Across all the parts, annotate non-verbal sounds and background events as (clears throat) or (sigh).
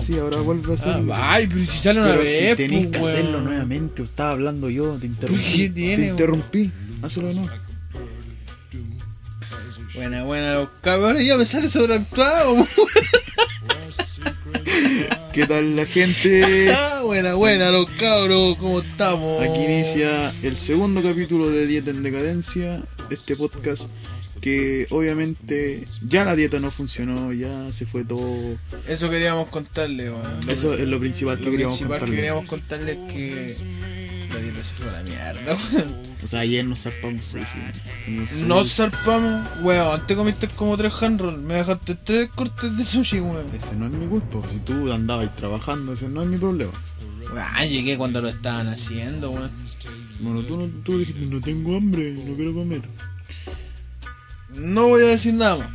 Sí, ahora vuelve a Ah, hacerlo. ay, pero si sale una Pero vez. si tenés pues, que weón. hacerlo nuevamente, estaba hablando yo, te ¿Qué interrumpí. tiene, Te weón? interrumpí. Hazlo de nuevo. Buena, buena, los cabrones ya me sale sobreactuado. (laughs) weón. ¿Qué tal (laughs) la gente? Ah, buena, buena, los cabros, ¿cómo estamos? Aquí inicia el segundo capítulo de Dieta en Decadencia, este podcast que obviamente ya la dieta no funcionó, ya se fue todo. Eso queríamos contarle, weón. Lo- Eso es lo principal que Lo queríamos principal que contarle. queríamos contarle es que la dieta se fue a la mierda, weón. O sea, ayer nos zarpamos sushi. comimos Nos sushi. zarpamos, weón. Antes comiste como tres handroll, me dejaste tres cortes de sushi, weón. Ese no es mi culpa, si tú andabas ahí trabajando, ese no es mi problema. Weón, Ah, llegué cuando lo estaban haciendo, weón. Bueno, tú, no, tú dijiste, no tengo hambre, no quiero comer. No voy a decir nada más.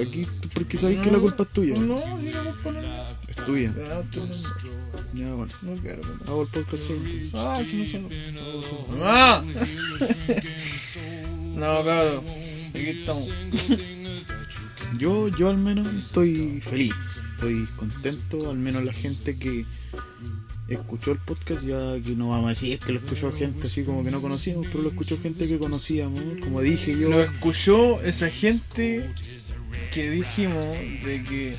Aquí, porque sabes que la culpa es tuya. No, yo no puedo poner. Es tuya. No, tú Ya, bueno. no, no quiero poner. Hago el podcast solo. entonces. Ah, sí, no sé. ¡Ah! (laughs) No, cabrón. Aquí estamos. Yo, yo al menos estoy feliz. Estoy contento. Al menos la gente que escuchó el podcast, ya que no vamos a decir que lo escuchó gente así como que no conocíamos, pero lo escuchó gente que conocíamos. Como dije yo, Lo escuchó esa gente que dijimos de que.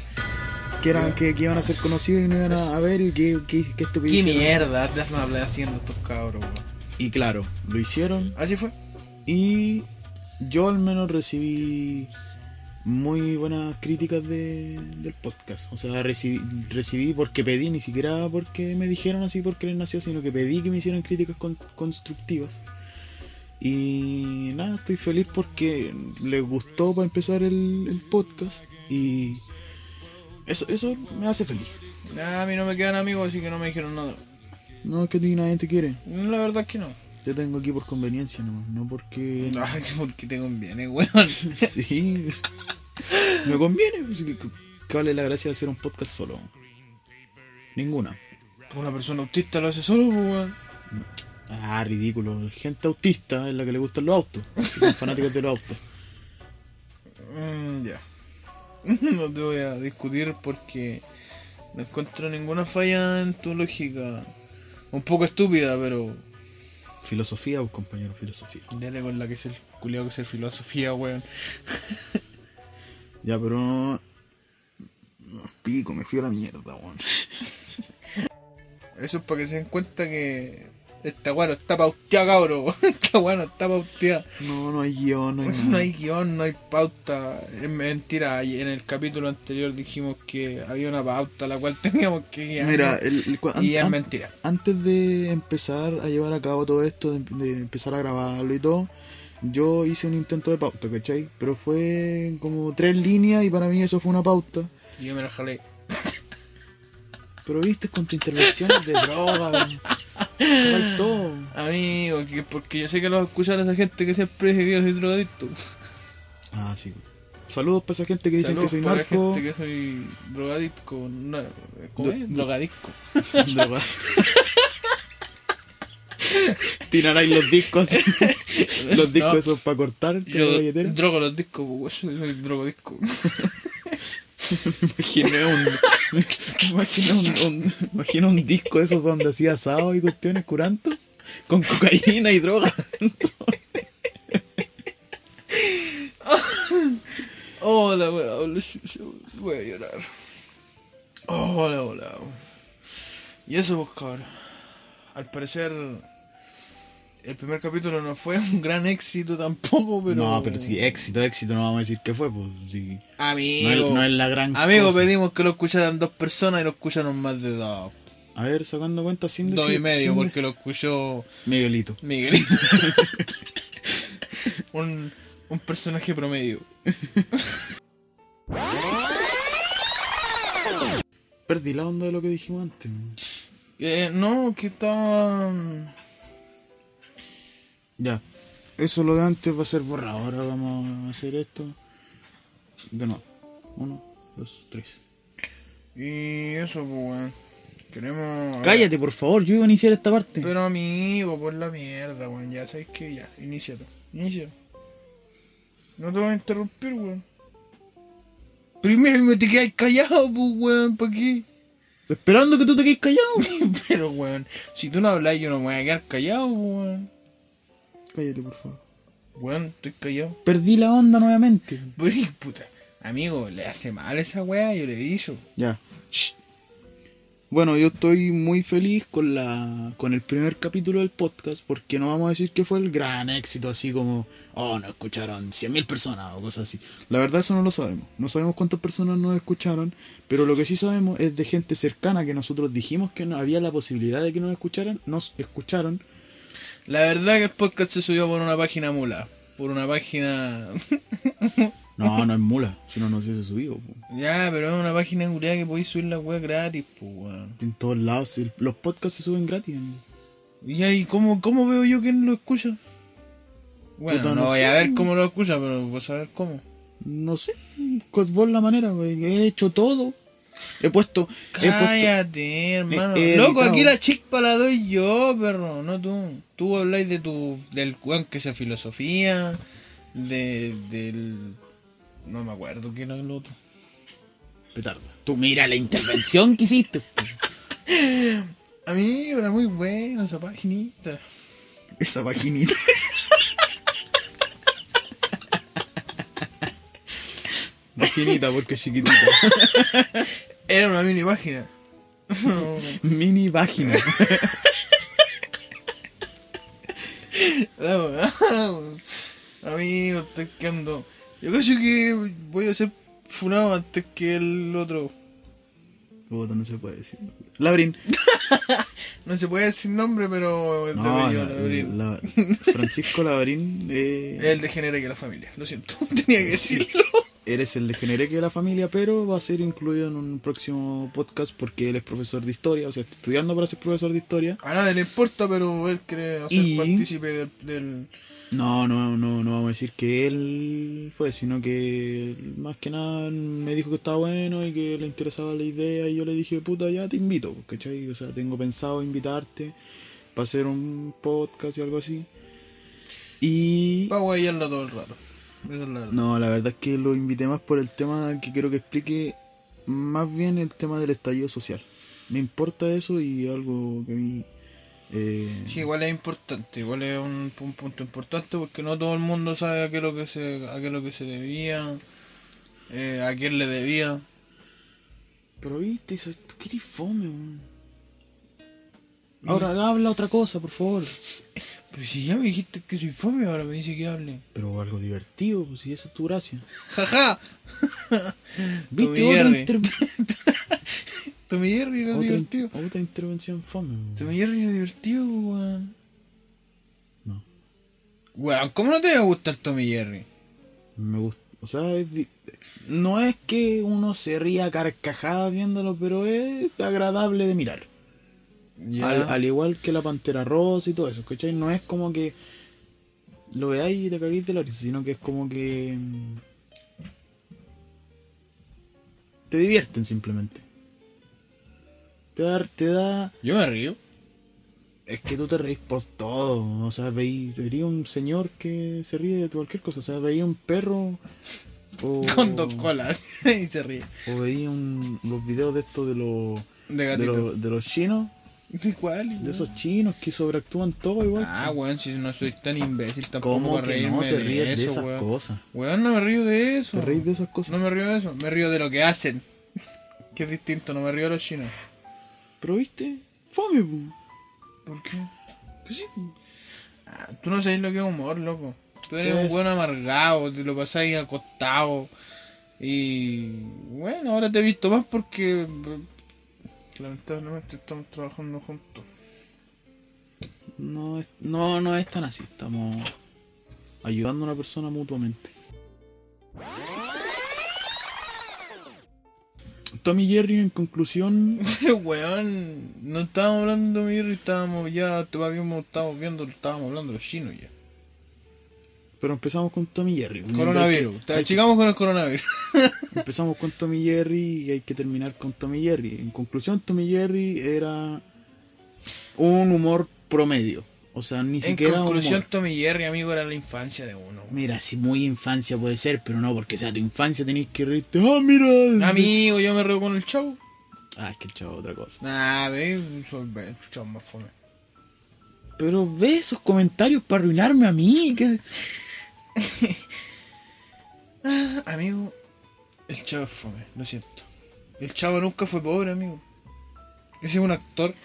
que, eran, que, que iban a ser conocidos y no iban a, a ver y que, que, que esto que ¿Qué hicieron. mierda andas hablar haciendo estos cabros, weón? Y claro, lo hicieron. Así fue. Y yo al menos recibí muy buenas críticas de- del podcast. O sea, recibí, recibí porque pedí, ni siquiera porque me dijeron así porque les nació, sino que pedí que me hicieran críticas con- constructivas. Y nada, estoy feliz porque les gustó para empezar el, el podcast. Y eso, eso me hace feliz. Nah, a mí no me quedan amigos, así que no me dijeron nada. No es que a ti nadie te quiere. La verdad es que (laughs) no. Te tengo aquí por conveniencia nomás, no porque... Ay, ¿por qué te conviene, eh, (laughs) weón? Sí. Me conviene. pues, que- que- ¿Cuál es la gracia de hacer un podcast solo? Ninguna. Una persona autista lo hace solo, pues, weón. Ah, ridículo. Gente autista es la que le gustan los autos. que Son fanáticos de los autos. Mm, ya. (laughs) No te voy a discutir porque no encuentro ninguna falla en tu lógica. Un poco estúpida, pero. Filosofía, pues, compañero, filosofía. Dale con la que es el culiado que es el filosofía, weón. Ya, pero. Pico, me fui a la mierda, (laughs) weón. Eso es para que se den cuenta que. Esta weá no está pauteada, cabrón. (laughs) Esta weá no está pauteada. No, no hay guión, no hay No nada. hay guión, no hay pauta. Es mentira, y en el capítulo anterior dijimos que había una pauta a la cual (laughs) teníamos que guiar. Mira, el- el- cua- Y an- es an- mentira. antes de empezar a llevar a cabo todo esto, de, de empezar a grabarlo y todo, yo hice un intento de pauta, ¿cachai? Pero fue como tres líneas y para mí eso fue una pauta. Y yo me la jalé. Pero viste con tus intervenciones de droga, weón. Se va y todo. Amigo, que porque yo sé que lo va a escuchar esa gente que siempre dice que yo soy drogadicto. Ah, sí. Saludos para esa gente que dicen Saludos que soy para la narco. gente que soy drogadicto. No, ¿Cómo Do- es? Drogadicto. (laughs) Droga. Tiraráis los discos. los discos No. esos para cortar. que la Yo galletera. drogo los discos, po, weón. Yo soy drogadicto. (laughs) Imaginé un, (laughs) imaginé un, un- imaginé un disco de esos donde hacía asado y cuestiones curantos con cocaína y droga. Hola, hola, hola, sí, sí, voy a llorar. Hola, hola. Y eso, pues, cabrón. Al parecer, el primer capítulo no fue un gran éxito tampoco, pero. No, pero sí, éxito, éxito, no vamos a decir qué fue, pues sí. Amigo, No es- no es la gran Amigo, cosa. pedimos que lo escucharan dos personas y lo escucharon más de dos. A ver, sacando cuenta sin decir. Dos y medio, sin- porque lo escuchó Miguelito. Miguel. (laughs) un, un personaje promedio. (laughs) Perdí la onda de lo que dijimos antes. man. Eh, no, que mm, estaba. Ya. Eso lo de antes va a ser borrado. Ahora vamos a hacer esto. De nuevo. Uno, dos, tres. Y eso, pues, weón. Queremos. Cállate, por favor, yo iba a iniciar esta parte. Pero amigo, por la mierda, weón. Ya sabes que ya, inícialo. Inicia. No te voy a interrumpir, weón. Primero me te quedas callado, pues, weón, ¿para qué? Esperando que tú te quedes callado. (laughs) Pero, weón, si tú no hablas, yo no me voy a quedar callado, pues, weón. Cállate, por favor. Weón, estoy callado. Perdí la onda nuevamente. Pero, (laughs) y puta, amigo, le hace mal esa weá, yo le he dicho. Ya. Shh. Bueno, yo estoy muy feliz con la con el primer capítulo del podcast porque no vamos a decir que fue el gran éxito, así como, oh, nos escucharon 100.000 personas o cosas así. La verdad eso no lo sabemos. No sabemos cuántas personas nos escucharon, pero lo que sí sabemos es de gente cercana que nosotros dijimos que no había la posibilidad de que nos escucharan, nos escucharon. La verdad que el podcast se subió por una página mula. Por una página. (laughs) No, no es mula, si no nos hubiese subido. po. ya, pero es una página culiada que podéis subir la weá gratis, pues, weón. En todos lados, el- los podcasts se suben gratis. amigo. ¿Y ahí cómo, cómo veo yo quién lo escucha? Bueno, Puta, no, no voy a sé. ver cómo lo escucha, pero voy a saber cómo. No sé, con vos la manera, güey. He hecho todo. He puesto. he puesto- eh, Cállate, hermano. he Loco, editado. aquí la chispa la doy yo, perro, no tú. Tú habláis de tu, del weón que sea filosofía, de, del... No me acuerdo qué era el otro. Petardo. Tú mira la intervención que hiciste. po. A mí era muy buena esa paginita. Esa vaginita. vaginita porque es chiquitita. Era una mini página. (laughs) Mini vagina. Amigo, estoy quedando. Yo creo que voy a ser funado antes que el otro. Puta, no se puede decir. Labrin. No se puede decir nombre, pero es de No, Bello la- Labrín. la- Francisco Labrin. eh, Él degenera que la familia, lo siento, (laughs) tenía que decirlo. Eres el degenereque de la familia, pero va a ser incluido en un próximo podcast porque él es profesor de historia, o sea, está estudiando para ser profesor de historia. A nadie le importa, pero él quiere hacer Y- partícipe del, del- No, no, no, no vamos a decir que él fue, sino que él, más que nada me dijo que estaba bueno y que le interesaba la idea y yo le dije, puta, ya te invito, ¿cachai? O sea, tengo pensado invitarte para hacer un podcast y algo así. Y... Va a guayarla todo el rato. Esa es la verdad. No, la verdad es que lo invité más por el tema que quiero que explique más bien el tema del estallido social. Me importa eso y algo que a mí... eh, Sí, igual es importante, igual es un, un punto importante porque no todo el mundo sabe a qué es lo que se, a qué es lo que se debía, eh, a quién le debía. Pero viste, eso- tú qué eres fome, weón. Ahora habla otra cosa, por favor. Pero si ya me dijiste que soy fome, ahora me dice que hable. Pero algo divertido, pues si esa es tu (laughs) gracia. (laughs) ¡Jaja! Viste, Tommy otra, Jerry. inter- (laughs) Tommy Jerry era otra in- divertido. otra intervención fome, weón. Tommy Jerry era divertido, weón. No. Weón, ¿cómo no te va a gustar Tommy Jerry? Me gusta. O sea, es di- no es que uno se ría a carcajadas viéndolo, pero es agradable de mirar. Ya. Al, al igual que la pantera rosa y todo eso, ¿cachai? No es como que lo veáis y te caguéis de la risa, sino que es como que. mm, Te divierten simplemente. Te da, te da. Yo me río. Es que tú te reís por todo. O sea, veí, vería un señor que se ríe de cualquier cosa. O sea, veía un perro. O, (laughs) Con dos colas. y se ríe. o veía un- los videos de estos de los. De De gatito. los, de los chinos. ¿De cuál? De weón? esos chinos que sobreactúan todo igual. Ah, weón, si no soy tan imbécil tampoco ¿Cómo para que no reírme te de, ríes de, eso, esas weón. cosas? Weón, no me río de eso. ¿Te ríes de esas cosas? No me río de eso, me río de lo que hacen. (laughs) Que es distinto, no me río de los chinos. Pero viste, fome, po. ¿Por qué? ¿Qué sí? po. Ah, tú no sabes lo que es humor, loco. Tú eres ¿Qué un es? weón amargado, te lo pasáis acostado. Y bueno, ahora te he visto más porque eh, lamentablemente estamos trabajando juntos. (laughs) No es, no, no es tan así. Estamos ayudando a una persona mutuamente. Tommy Jerry, en conclusión, Pero weón, no estábamos hablando de Mirri, estábamos ya, todavía mismo estábamos viendo, estábamos hablando de los chinos ya. pero empezamos con Tommy Jerry. (laughs) Coronavirus, te Hay que- achicamos con el coronavirus. Empezamos con Tommy Jerry y hay que terminar con Tommy Jerry. En conclusión, Tommy Jerry era un humor promedio. O sea, ni En siquiera conclusión, humor. Tommy Jerry, amigo, era la infancia de uno. Mira, si muy infancia puede ser, pero no, porque sea tu infancia tenés que reírte. ¡Ah, mira! Amigo, yo me río con el chavo. Ah, es que el chavo es otra cosa. Nah, Ah, ve, soy ve, chavo más fome. Pero ve esos comentarios para arruinarme a mí. que- Ah, Amigo, el chavo es fome, lo siento. El chavo nunca fue pobre, amigo. Ese es un actor.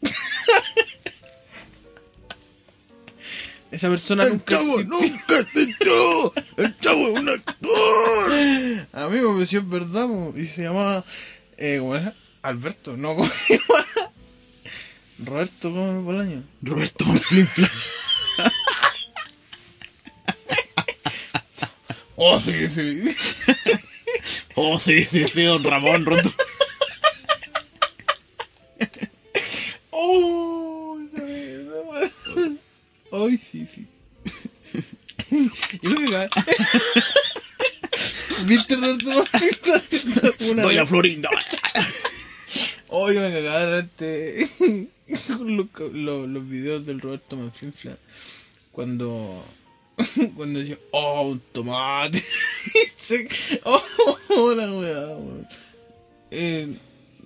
(laughs) Esa persona nunca. exi- nunca se echó. El chavo es un actor. (laughs) Amigo, pero si es verdad, po. y se llamaba. Eh, ¿Cómo era? Alberto, no, (laughs) ¿cómo se llama? Roberto ¿cómo, Bolaño. Roberto Manflinfla. Oh, sí, sí. Oh, sí, sí, sí, don Ramón Rondo. Oh, la verdad. Ay, sí, sí. (laughs) Yo creo que (laughs) acá- ¿Viste Roberto (laughs) Bolaño? Una Doña vez. Florinda. Oh, yo me cagaba de repente con los, ca- (laughs) lo- los videos del Roberto Manflinfla. Cuando. (laughs) Cuando decía, oh, un tomate. (laughs) Y se- oh, la weá, weón. Eh,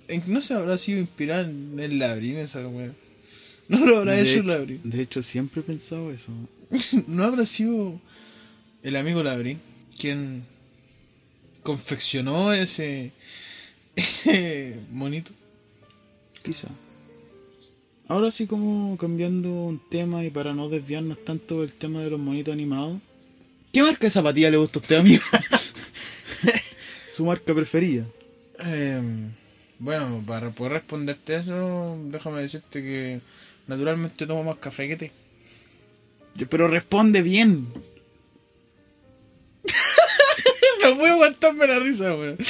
en- no se habrá sido inspirada en el labrín esa weá. No lo habrá hecho el labrín. (laughs) de hecho, siempre he pensado eso. ¿No habrá sido el amigo Labrín quien confeccionó ese. (laughs) ese monito? Quizá. Ahora sí como cambiando un tema y para no desviarnos tanto del tema de los monitos animados. ¿Qué marca de zapatilla le gusta a usted, amigo? (laughs) Su marca preferida. Em, bueno, para poder responderte eso, déjame decirte que naturalmente tomo más café que té. (laughs) Pero responde bien. no puedo aguantarme la risa, weón. Te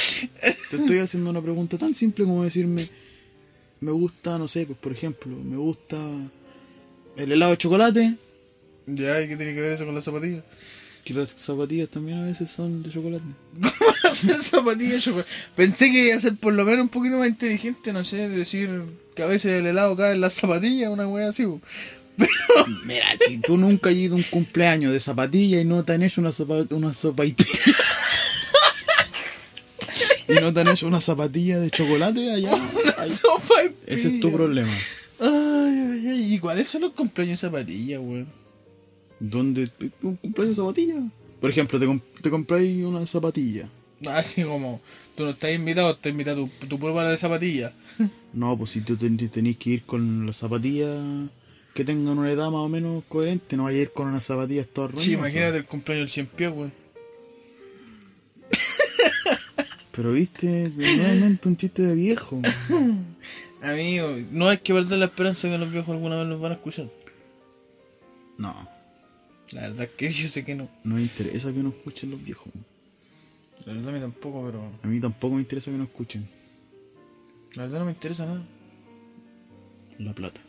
estoy haciendo una pregunta tan simple como decirme, me gusta, no sé, pues por ejemplo, me gusta el helado de chocolate, Ya, ¿y qué tiene que ver eso con las zapatillas? (laughs) que las zapatillas también a veces son de chocolate. ¿Cómo van a hacer zapatillas? Yo pensé que iba a ser por lo menos un poquito más inteligente, no sé, decir que a veces el helado cae en las zapatillas, una weá así, weón. (laughs) Pero. Mira, si tú nunca has ido a un cumpleaños de zapatillas y no te han hecho una, zapa- una zapaitilla. (laughs) y no te han hecho una zapatilla de chocolate allá. Una sopa de Ese es pilla. tu problema. Ay, ay, ay. ¿Y cuáles son los cumpleaños de zapatillas, weón? ¿Dónde? ¿Un cumpleaños de zapatilla? Por ejemplo, te, comp- te compráis una zapatilla. Así como, tú no estás invitado, estás invitado a tu, tu prueba de zapatillas. No, pues si tú ten- tenés que ir con las zapatillas que tengan una edad más o menos coherente, no vayas a ir con unas zapatillas todas roñosas. Sí, imagínate el cumpleaños del 100 pies, weón. Pero viste, nuevamente un chiste de viejo. Amigo, no hay que perder la esperanza que los viejos alguna vez los van a escuchar. No, La verdad es que (laughs) yo sé que no. no me interesa que no escuchen los viejos. La verdad a mí tampoco, pero A mí tampoco me interesa que no escuchen la verdad no me interesa nada. la plata.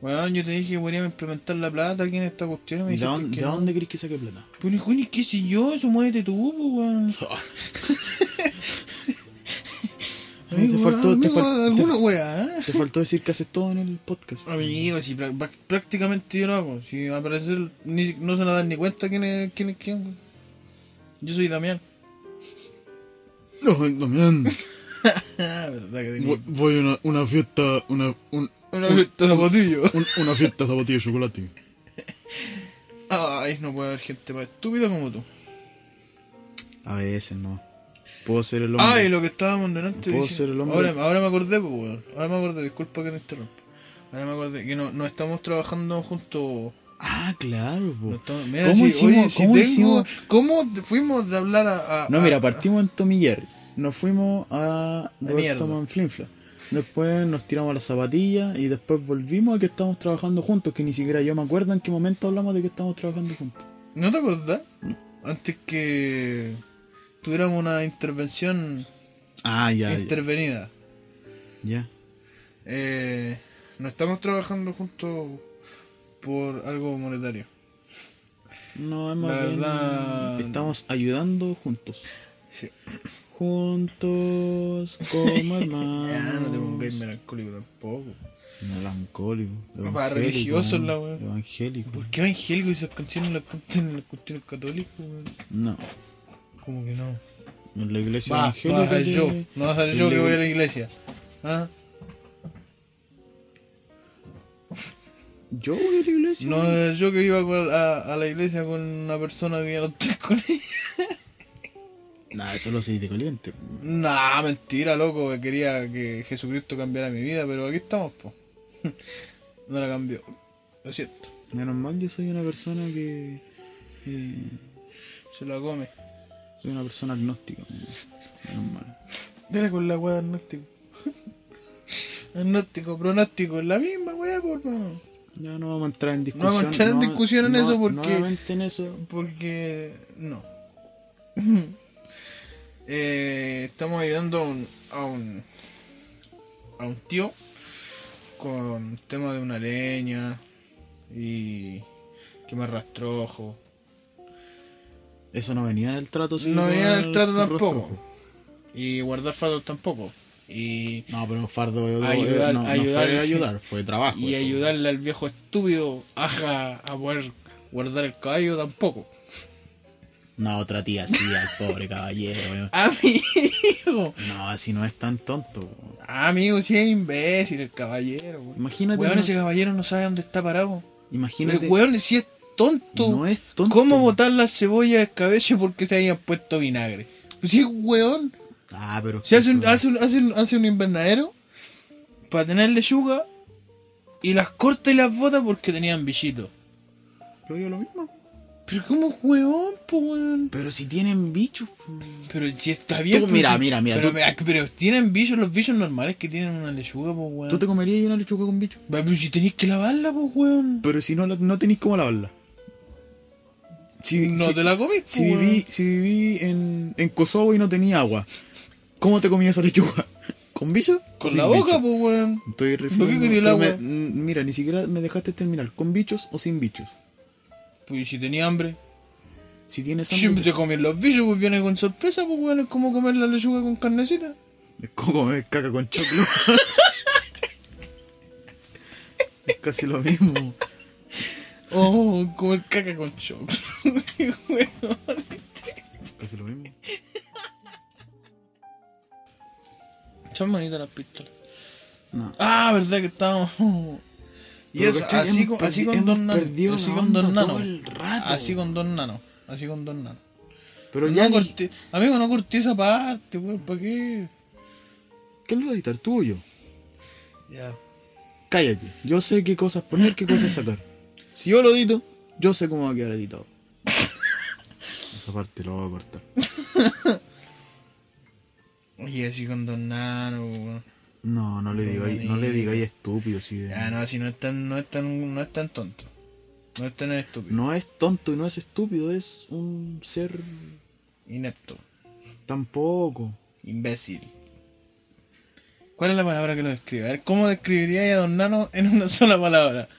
Weón, yo te dije que podríamos implementar la plata aquí en esta cuestión. y Me ¿De dijiste dónde, que de no. dónde crees que saque (laughs) plata? Pero, Juni, ¿qué sé yo? Eso muévete tú, po, weón. (laughs) Ay, te faltó- te fal- te- alguna weá, ¿eh? Te faltó decir que haces todo en el podcast. Amigo, si prá- prá- prácticamente yo lo hago. Si a parecer ni- no se van a dar ni cuenta quién es quién. Es quién güey. yo soy Damián. (laughs) No, también. ¿Verdad que tenía? Voy a una, una fiesta, una, un- Una fiesta de zapatillo. un- una fiesta zapatilla de chocolate. Ay, no puede haber gente más estúpida como tú. A veces no. Puedo ser el hombre. Ay, lo que estábamos delante. ¿Puedo dije. ser el hombre? Ahora, ahora me acordé, pues, weón. Ahora me acordé, disculpa que me interrumpa. Ahora me acordé que no, no estamos trabajando juntos. Ah, claro, po. No estamos- mira, ¿Cómo si- hicimos? oye, si ¿cómo tengo- Ah. hicimos? ¿Cómo fuimos de hablar a. a- No, a- mira, partimos en Tommy Jerry. Nos fuimos a mierda. Roberto Manflinfla. Después nos tiramos las zapatillas y después volvimos a que estamos trabajando juntos. Que ni siquiera yo me acuerdo en qué momento hablamos de que estamos trabajando juntos. ¿No te acordás? Antes que tuviéramos una intervención Ah, ya, ya. intervenida. ya. Eh, no estamos trabajando juntos por algo monetario. No, es más La bien, verdad- Estamos ayudando juntos. Sí. Juntos como Ah, no te pongas (laughs) hermanos. melancólico tampoco. Melancólico. Para religiosos la wea. Evangélico. ¿Por qué evangélico y esas canciones las cantan en las cuestiones católicas, weón? No. Como que no. En la iglesia Va, no evangélica. vas a ser que- yo, no vas a ser en yo que la- voy a la iglesia. ¿Ah? Yo voy a la iglesia. No vas a ser yo que iba con- a, a la iglesia con una persona que ya no estoy con ella. (laughs) Nah, eso lo soy de caliente. Nah, mentira, loco, que quería que Jesucristo cambiara mi vida, pero aquí estamos, po. (laughs) No la cambió. Lo siento. Menos mal yo soy una persona que... eh, Se la come. soy una persona agnóstica. Menos mal. Dale con la weá de (laughs) agnóstico. agnóstico, pronóstico, es la misma weá, por hermano. Ya no vamos a entrar en discusión. vamos a entrar en no- discusión en no- eso porque- Nuevamente en eso. Porque no. (laughs) Eh, estamos ayudando a un, a un a un tío con tema de una leña y quemar rastrojo. Eso no venía en el trato. sí, No venía en el trato rostro. tampoco. Y guardar faldos tampoco. Y, No, pero fardo eh, Ayudar- eh, no, no ayudar- fue ayudar, fue trabajo. y eso. ayudarle al viejo estúpido a, a poder guardar el caballo tampoco. No, otra tía sí, (laughs) al pobre caballero. weón. Amigo. No, así no es tan tonto. weón. Ah, Amigo, si es imbécil el caballero. weón. Imagínate Weón, una- ese caballero no sabe dónde está parado. Imagínate. El weón si es tonto. No es tonto. ¿Cómo botar la cebolla de escabeche porque se hayan puesto vinagre? Pues si es weón. Ah, pero. es Si que hace un, eso- hace, un, hace, un, hace un invernadero para tener lechuga y las corta y las bota porque tenían bichitos. Yo haría lo mismo. Pero cómo es weón, po weón. Pero si tienen bichos. po. Pero si está bien. Tú, pues, mira, si- mira, mira, Pero, tú- mira, pero tienen bichos, los bichos normales que tienen una lechuga, pues weón. ¿Tú te comerías una lechuga con bichos? Va, Pero si tenéis que lavarla, pues weón. Pero si no, la- no tenéis cómo lavarla. Si, No si- te la comís, Si pues, viví, si viví en, en Kosovo y no tenía agua, ¿cómo te comías esa lechuga? (laughs) ¿Con bicho? Con Sin la boca, bicho. pues weón. Estoy ¿Por qué refiriendo- quería el tú agua? me- mm, mira, ni siquiera me dejaste terminar. ¿Con bichos o sin bichos? Pues si tenía hambre. Si tienes hambre, Siempre te comen los bichos, pues viene con sorpresa, pues weón. Es como comer la lechuga con carnecita. es como comer caca con (laughs) choclo. es casi lo mismo. (laughs) Oh, comer caca con (laughs) choco. Weón. Casi lo mismo. Son bonitas las pistolas. No. Ah, verdad que estábamos. Y Pero, eso, ¿cachai? así, Hemos con, así perdi- con hemos dos nanos. perdido Así la con dos onda nanos. todo el rato. Así con dos nanos. Así con dos nanos. Pero no ya. ni- corté- Amigo, no corté esa parte, weón. ¿Para qué? ¿Qué lo vas a editar tú o yo? Ya. Cállate. Yo sé qué cosas poner, qué (clears throat) cosas sacar. Si yo lo edito, yo sé cómo va a quedar editado. (laughs) Esa parte lo voy a cortar. Oye, así con dos nanos, weón. No, no le digáis, no le digáis estúpido, si de- Ya, no, si no es tan, no es tan, no es tan tonto. No es tan estúpido. No es tonto y no es estúpido, es un ser Inepto. tampoco. Imbécil. ¿Cuál es la palabra que lo describe? A ver, ¿cómo describiría a Don Nano en una sola palabra? (laughs)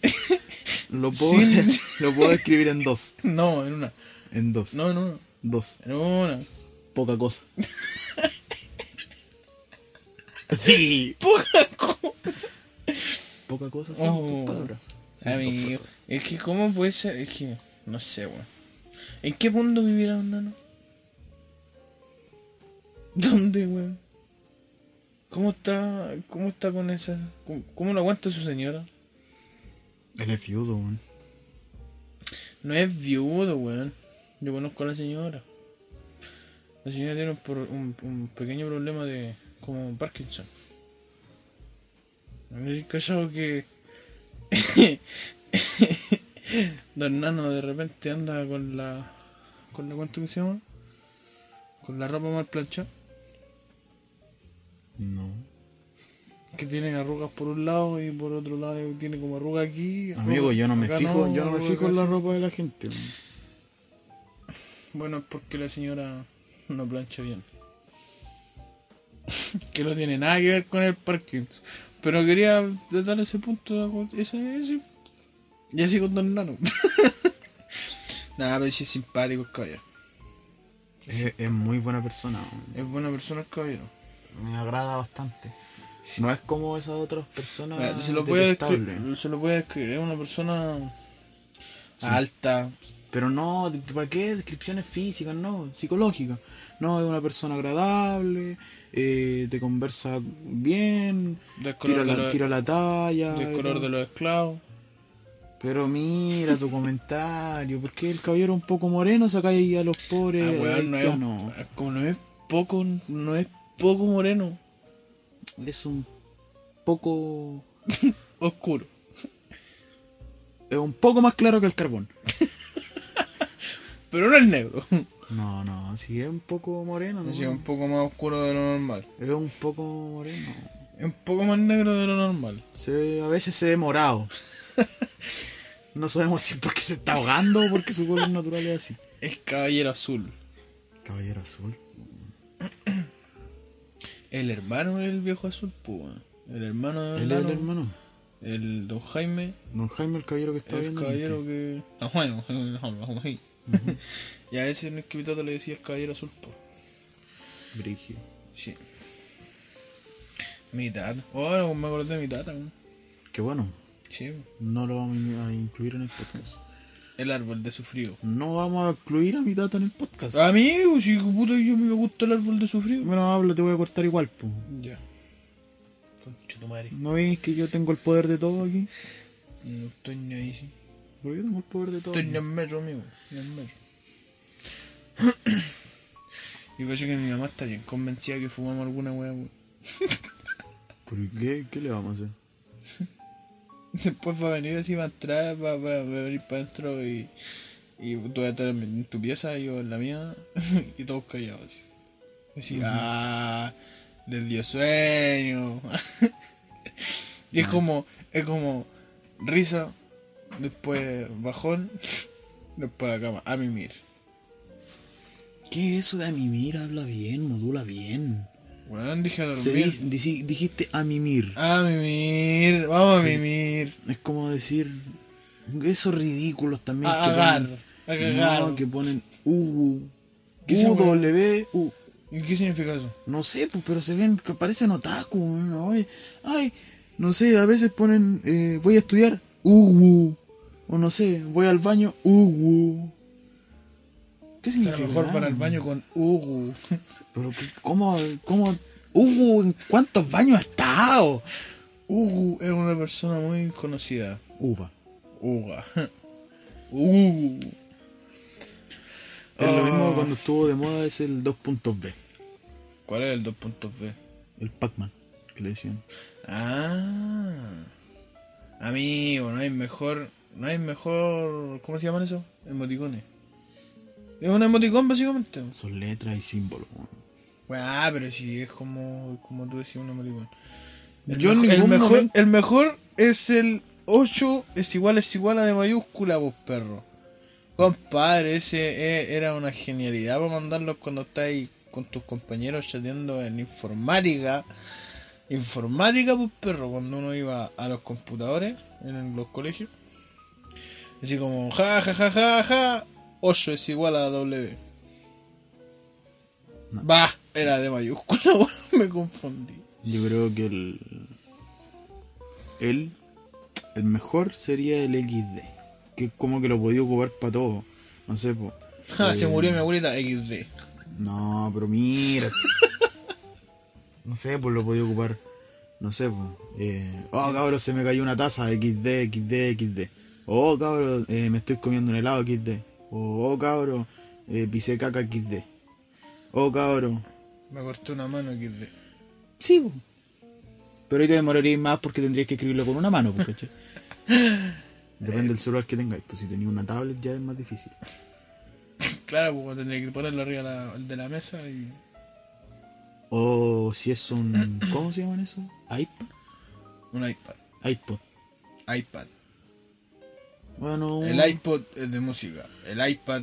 (laughs) Lo puedo, Sí. lo puedo (laughs) describir en dos. No, en una. En dos. No, en una. Dos. En una. Poca cosa. Sí. Poca cosa. Poca cosa son Oh. dos palabras. Son dos Amigo. palabras. Es que, ¿cómo puede ser? Es que, no sé, weón. ¿En qué mundo vivirá Don Nano? ¿Dónde, weón? ¿Cómo está, cómo está con esa? ¿Cómo, cómo lo aguanta su señora? Él es viudo, weón. No es viudo, weón. Yo conozco a la señora. La señora tiene un, pro- un- un pequeño problema de. como Parkinson. No me he callado que. (laughs) Don Nano de repente anda con la. con la cuánto que se llama. con la ropa mal planchada. No. Que tiene arrugas por un lado y por otro lado tiene como arruga aquí. Amigo, arruga- yo no me acá fijo, yo no me arruga fijo acá, en la sí. ropa de la gente. weón. Bueno, es porque la señora no plancha bien. (laughs) que no tiene nada que ver con el Parkinson. Pero quería tratar ese punto, ese, ese. Y así con Don Nano. (laughs) nada, pero sí es simpático el caballero. Es, es muy buena persona, weón. Es buena persona el caballero. me agrada bastante. No es como esas otras personas. Mira, se, lo voy a detestables. descri- se lo voy a describir. Es una persona alta. Pero no, de- ¿para qué descripciones físicas? No, psicológicas. No, es una persona agradable, eh, te conversa bien, Del color tira de la, los- tira la talla. eh, del y color todo. de los esclavos. Pero mira tu comentario, ¿por qué el caballero un poco moreno saca ahí a los pobres Ah, weón, no es, haitianos? como no es poco, no es poco moreno, Es un poco... oscuro. Es un poco más claro que el carbón. Pero no es negro. (laughs) No, no, sí, es un poco moreno. ¿no? Sí, un poco más oscuro de lo normal. Es un poco moreno. Es un poco más negro de lo normal. Se ve- a veces se (laughs) ve morado. No sabemos si es porque se está ahogando o porque su color natural es así. El caballero azul. Caballero azul. El hermano del viejo azul, pues. weón. El hermano del Él es el hermano. hermano. El don Jaime. Don Jaime, el caballero que está el viendo. caballero que. No, bueno, (laughs) no, no, no. Y a ese en el que le decía el caballero azul, pues. Brígido. Sí. Mi tata. Oh, me acordé de mi tata, weón. Que bueno, Sí. weón. no lo vamos a incluir en el podcast. El árbol de su frío. No vamos a incluir a mi tata en el podcast. Amigo, si puto yo me gusta el árbol de su frío. Bueno, habla, te voy a cortar igual, po. Ya. Concha tu madre. ¿No veis que yo tengo el poder de todo aquí? No estoy ni ahí, sí. Porque yo tengo el poder de todo. Estoy ni en metro, amigo. Ni en metro. (coughs) Yo creo que mi mamá está bien convencida que fumamos alguna wea, weón. (laughs) ¿Por qué? ¿Qué le vamos a hacer? Después va a venir así, va a entrar, va, va- va a venir para adentro y. Y tú vas a estar en en tu pieza, yo en la mía, (laughs) y todos callados. Así, ah, les dio sueño. (laughs) y es como, es como risa, después bajón, (laughs) después la cama, a mimir. ¿Qué es eso de a mimir? Habla bien, modula bien. Weón, dije a Se dormir. di- dici- dijiste a mimir. A mimir, vamos Sí. a mimir. Es como decir esos ridículos también A que cagar, ponen. a cagar. No, que ponen U, ¿Qué se U, llama? W, U. ¿Y qué significa eso? No sé, pues, pero se ven que parecen otaku. ¿no? Ay, ay, no sé, a veces ponen eh, voy a estudiar U, U. O no sé, voy al baño U, U. ¿Qué Que a significa? lo mejor para el baño con (laughs) Ugu. Pero que- ¿cómo, cómo, U, en cuántos baños ha estado? Ugu es una persona muy conocida. Uva. (laughs) Uga. Ugu. Es lo mismo Ah. que cuando estuvo de moda es el 2.b, ¿Cuál es el 2.b? el Pac-Man, que le decían. Ah. Amigo, no hay mejor. No hay mejor. ¿Cómo se llaman eso? Emoticones. Es un emoticón básicamente. Son letras y símbolos. weón. Bueno, ah, pero sí, es como, como tú decías, un emoticón. El, Yo en mejo- el ningún mejor, momento- el mejor es el 8, es igual, es igual a de mayúscula, vos perro. Compadre, ese eh, era una genialidad para mandarlos cuando estáis con tus compañeros chateando en informática. Informática, pues perro, cuando uno iba a los computadores en los colegios. Así como, ja, ja, ja, ja, ja, 8 es igual a W. Va, era de mayúscula, (laughs) weón, me confundí. Yo creo que el. El. El mejor sería el XD. Que es como que lo podía ocupar para todo. No sé, po. Eh, Ja, Ah, se murió mi abuelita XD. No, pero mira. no sé, pues lo podía ocupar. No sé, pues. Eh, oh, cabrón, se me cayó una taza. XD, XD, XD. Oh, cabrón, eh, me estoy comiendo un helado. XD. Oh, oh, cabrón, eh, pisé caca. XD. Oh, cabrón. Me corté una mano XD. Sí, po. Pero ahí te demorarías más porque tendrías que escribirlo con una mano, po, ¿cachai? Depende del celular que tengáis. Pues si tenéis una tablet ya es más difícil. Claro, porque tendría que ponerlo arriba de la- de la mesa y. O si es un... ¿Cómo se llaman eso? iPad. Un iPad. iPod. iPad. Bueno, un- El iPod es de música. El iPad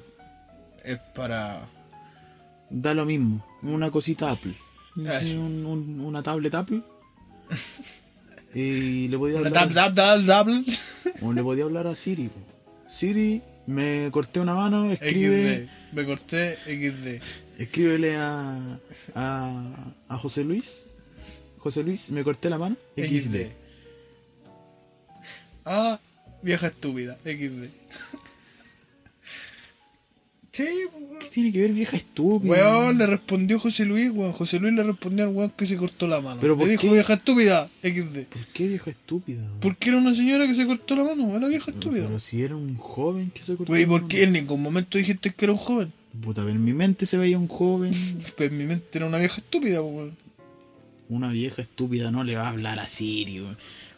es para. da lo mismo. Una cosita Apple. Sí, Eso. un- un- una tablet Apple. y le podía Una hablar, dab, dab, dab, dab. o le podía hablar a Siri. po. Siri, me corté una mano, escribe, XD. Me corté XD. escríbele a, a, a José Luis. José Luis, me corté la mano. XD. Ah, vieja estúpida. XD. (laughs) sí, ¿Qué tiene que ver vieja estúpida? weón, le respondió José Luis, weón. José Luis le respondió al weón que se cortó la mano. Pero le ¿por dijo qué? vieja estúpida. XD. ¿Por qué vieja estúpida? ¿Por qué era una señora que se cortó la mano? Era vieja estúpida. Pero si era un joven que se cortó. Wey, la ¿por mano. qué en ningún momento dijiste que era un joven? Puta, pero en mi mente se veía un joven. Pues en mi mente era una vieja estúpida, weón. Una vieja estúpida no le va a hablar a Siri, weón.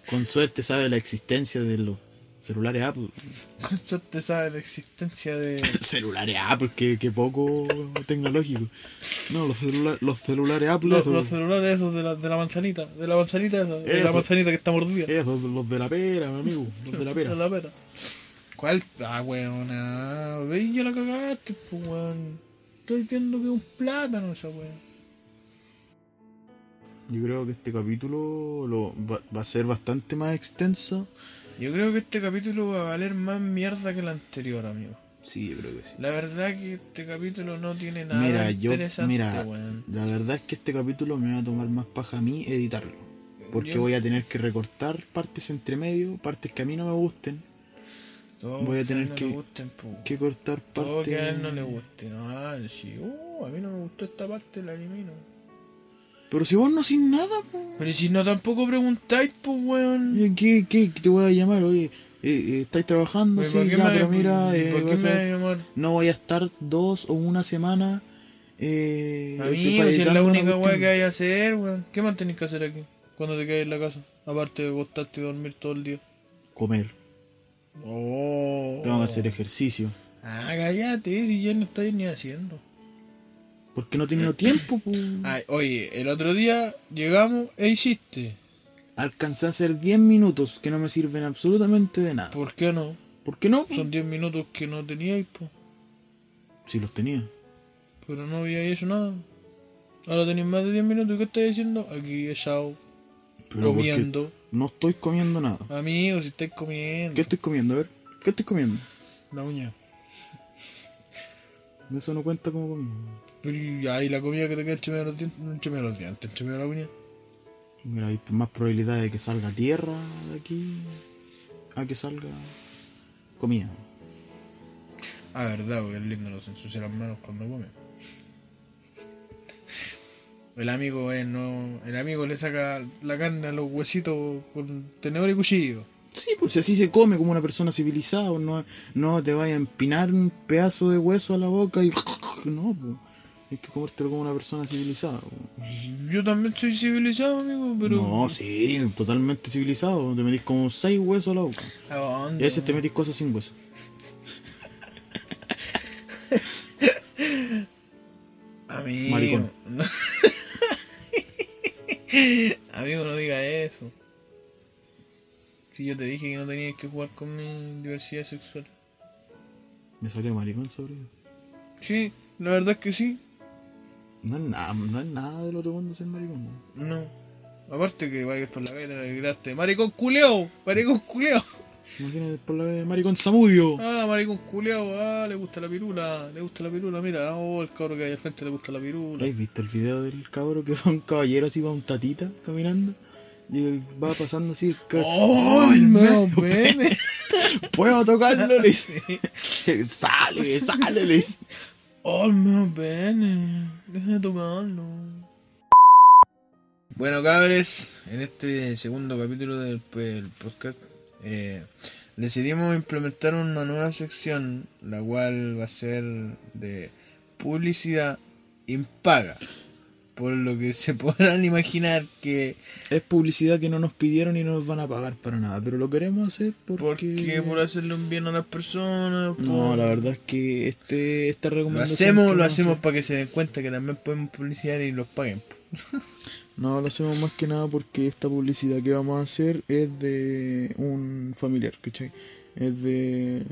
Con suerte sabe la existencia de los celulares Apple. (laughs) Con suerte sabe la existencia de. celulares Apple, que, que poco tecnológico. No, los, celula- los celulares Apple, Los, esos, los celulares esos de la, de la manzanita, de la manzanita esa, de la Eso. manzanita que está mordida. esos, los de la pera, mi amigo. Los de la pera. De la pera. ¿Cuál? Ah, weona. Ve, ya la cagaste, pues, weón. Estoy viendo que es un plátano esa weón. Yo creo que este capítulo lo, va, va a ser bastante más extenso. Yo creo que este capítulo va a valer más mierda que el anterior, amigo. Sí, yo creo que sí. La verdad que este capítulo no tiene nada Mira, yo, Ah, interesante, mira, weón. la verdad es que este capítulo me va a tomar más paja a mí editarlo. Porque Yo- voy a tener que recortar partes entre medio, partes que a mí no me gusten. Todo voy a a tener él no que- le gusten, pues, weón. Que cortar Todo Oh, que a partes. él no le guste. No, si, oh, a mí no me gustó esta parte, la elimino. Pero si vos no haces nada, po. Pero si no tampoco preguntáis, pues, weón. Oye, ¿Qué, qué, qué te voy a llamar? Oye, eh, eh, ¿estáis trabajando? Oye, Sí, ¿por qué ya, me- pero mira, por qué eh, vas a me ver, llamar? no voy a estar dos o una semana. Eh, Amigo, para pues, si es editar la una única weá cuestión. que hay que hacer, weón. ¿Qué más tenés que hacer aquí? Cuando te quedas en la casa. Aparte de acostarte y dormir todo el día. Comer, Oh. tengo que hacer ejercicio. Ah, callate, si ya no estáis ni haciendo. Porque no he tenido tiempo, po. Ay, oye, el otro día llegamos e hiciste. Alcancé a hacer 10 minutos que no me sirven absolutamente de nada. ¿Por qué no? ¿Por qué no? po? Son 10 minutos que no teníais, po. Si los tenía. Pero no habíais hecho nada. Ahora tenéis más de 10 minutos. ¿y ¿Qué estáis haciendo? Aquí echado, Pero porque comiendo. No estoy comiendo nada. Amigo, si estáis comiendo. ¿Qué estoy comiendo? A ver, ¿qué estoy comiendo? La uña. Eso no cuenta como comida. Pero y ahí la comida que te queda entre medio de los dientes, no entre medio de los dientes, entre medio de la uña. Mira, hay más probabilidad de que salga tierra de aquí a que salga comida. Ah, verdad, porque el lindo no se ensucia las manos cuando come. El amigo eh, no. El amigo le saca la carne a los huesitos con tenedor y cuchillo. Sí, pues si así se come como una persona civilizada, pues, no, no te vaya a empinar un pedazo de hueso a la boca y... (laughs) No, pues. Hay que comértelo como una persona civilizada. pues. Yo también soy civilizado, amigo, pero. No, sí, totalmente civilizado. Te metís como seis huesos a la boca. ¿A dónde? Y a veces te metís cosas sin hueso. Amigo. Maricón. No. (laughs) Amigo, no diga eso. Si yo te dije que no tenías que jugar con mi diversidad sexual. Me salió maricón sobre Sí, la verdad es que sí. No es nada, no es nada del otro mundo ser maricón. pues. ¿no? No. Aparte que vayas por la calle y gritaste, maricón culeo, maricón culeo. Imagínate por la vez, maricón samudio. Ah, maricón culeo, ah, le gusta la pirula, le gusta la pirula, mira, oh, el cabro que hay al frente le gusta la pirula. ¿Has visto el video del cabro que va un caballero así, va un tatita caminando? Y él va pasando así el ca- ¡Oh, el nuevo meme! ¡Puedo tocarlo! Le (laughs) dice. ¡Sale, sale! Le dice. ¡Oh, el nuevo pene! Deja de tocarlo. Bueno, cabres, en este segundo capítulo del del podcast eh, decidimos implementar una nueva sección, la cual va a ser de publicidad impaga. Por lo que se (laughs) podrán imaginar que... Es publicidad que no nos pidieron y no nos van a pagar para nada, pero lo queremos hacer porque. Porque por hacerle un bien a las personas... No, por- la verdad es que este, esta Lo recomendación. hacemos, que lo vamos a hacer- hacemos para que se den cuenta que también podemos publicidad y los paguen. No, lo hacemos más que nada porque esta publicidad que vamos a hacer es de un familiar, ¿cachai? Es de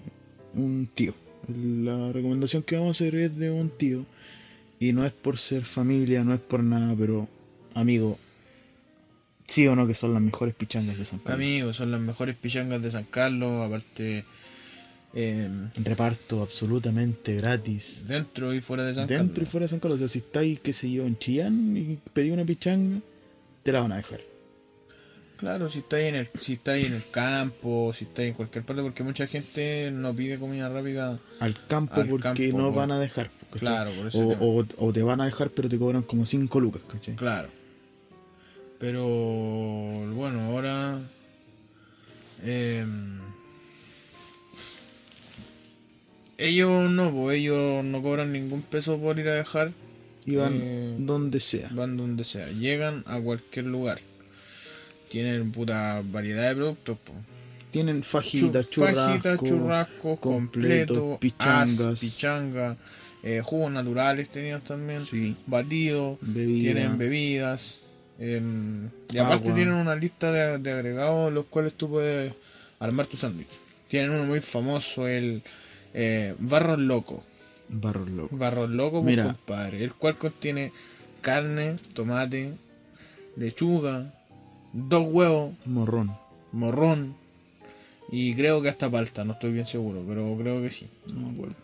un tío. La recomendación que vamos a hacer es de un tío. Y no es por ser familia, no es por nada, pero amigo, sí o no que son las mejores pichangas de San Carlos. Amigos, pues, son las mejores pichangas de San Carlos, aparte eh, Reparto absolutamente gratis. dentro y fuera de San Dentro y Carlos. fuera de San Carlos, o sea, si estáis, qué sé yo, en Chillán y pedí una pichanga, te la van a dejar. Claro, si estáis en el, si estáis en el campo, si estáis en cualquier parte, porque mucha gente no pide comida rápida. Al campo Al porque campo, no por- van a dejar. ¿cachai? Claro, por eso o, o, o te van a dejar, pero te cobran como 5 lucas, ¿cachai? Claro. Pero bueno, ahora em, ellos no, pues ellos no cobran ningún peso por ir a dejar, Y van Eh, donde sea. van donde sea, llegan a cualquier lugar. Tienen puta variedad de productos, po. Tienen fajitas, Chu- fajitas, churrasco, churrascos, completo, pichangas. as, pichanga, eh, jugos naturales tenían también, Sí. batidos, Bebida. tienen bebidas. em, y aparte Agua. tienen una lista de, de agregados los cuales tú puedes armar tu sándwich. Tienen uno muy famoso, el eh, Barros Loco. Barros locos. Barros Loco, pues, Mira. compadre. El cual contiene carne, tomate, lechuga, dos huevos, Morrón. morrón y creo que hasta palta, no estoy bien seguro, pero creo que sí. No me acuerdo.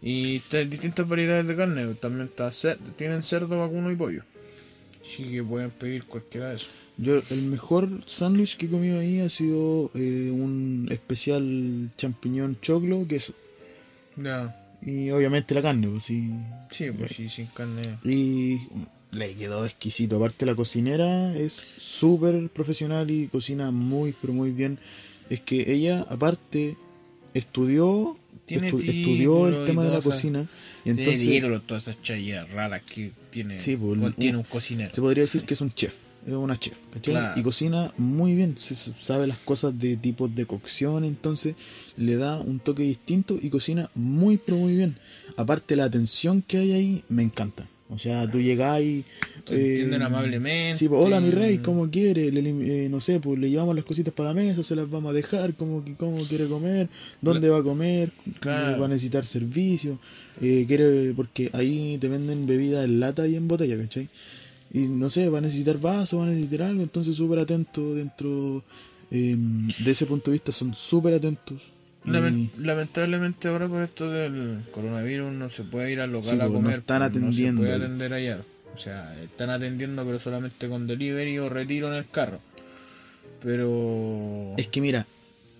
Y te- distintas variedades de carne, pues, también está cer- tienen cerdo, vacuno y pollo. Así que pueden pedir cualquiera de eso. Yo, el mejor sándwich que he comido ahí ha sido eh, un especial champiñón choclo, queso. Ya, Y obviamente la carne, pues sí. sí, pues sí, sin carne. Y le quedó exquisito. Aparte la cocinera es súper profesional y cocina muy, pero muy bien. Es que ella, aparte, estudió, Tiene estu- título estudió el y tema de la todas esas- cocina. Y Tiene entonces ídolo todas esas chayas raras que tiene, Sí, pues, contiene un- un cocinero. se podría decir que es un chef. Es una chef, ¿cachai? Claro. Y cocina muy bien, se se sabe las cosas de tipos de cocción, entonces le da un toque distinto y cocina muy, pero muy bien. Aparte, la atención que hay ahí me encanta. O sea, tú llegás y. eh, Te atienden amablemente. Sí, pues, hola mi rey, ¿cómo quiere? Le lim- eh, no sé, pues le llevamos las cositas para la mesa, se las vamos a dejar, ¿cómo, que- cómo quiere comer? ¿Dónde va a comer? Claro. ¿Va a necesitar servicio? Eh, quiere, porque ahí te venden bebidas en lata y en botella, ¿cachai? Y no sé, va a necesitar vaso, va a necesitar algo, entonces súper atento dentro. eh, de ese punto de vista, son súper atentos. Y- Lamen- Lamentablemente ahora por esto del coronavirus no se puede ir al local Sí, a pues, no comer. están pues, atendiendo No se ahí. puede atender allá. O sea, están atendiendo pero solamente con delivery o retiro en el carro. Pero Es que mira,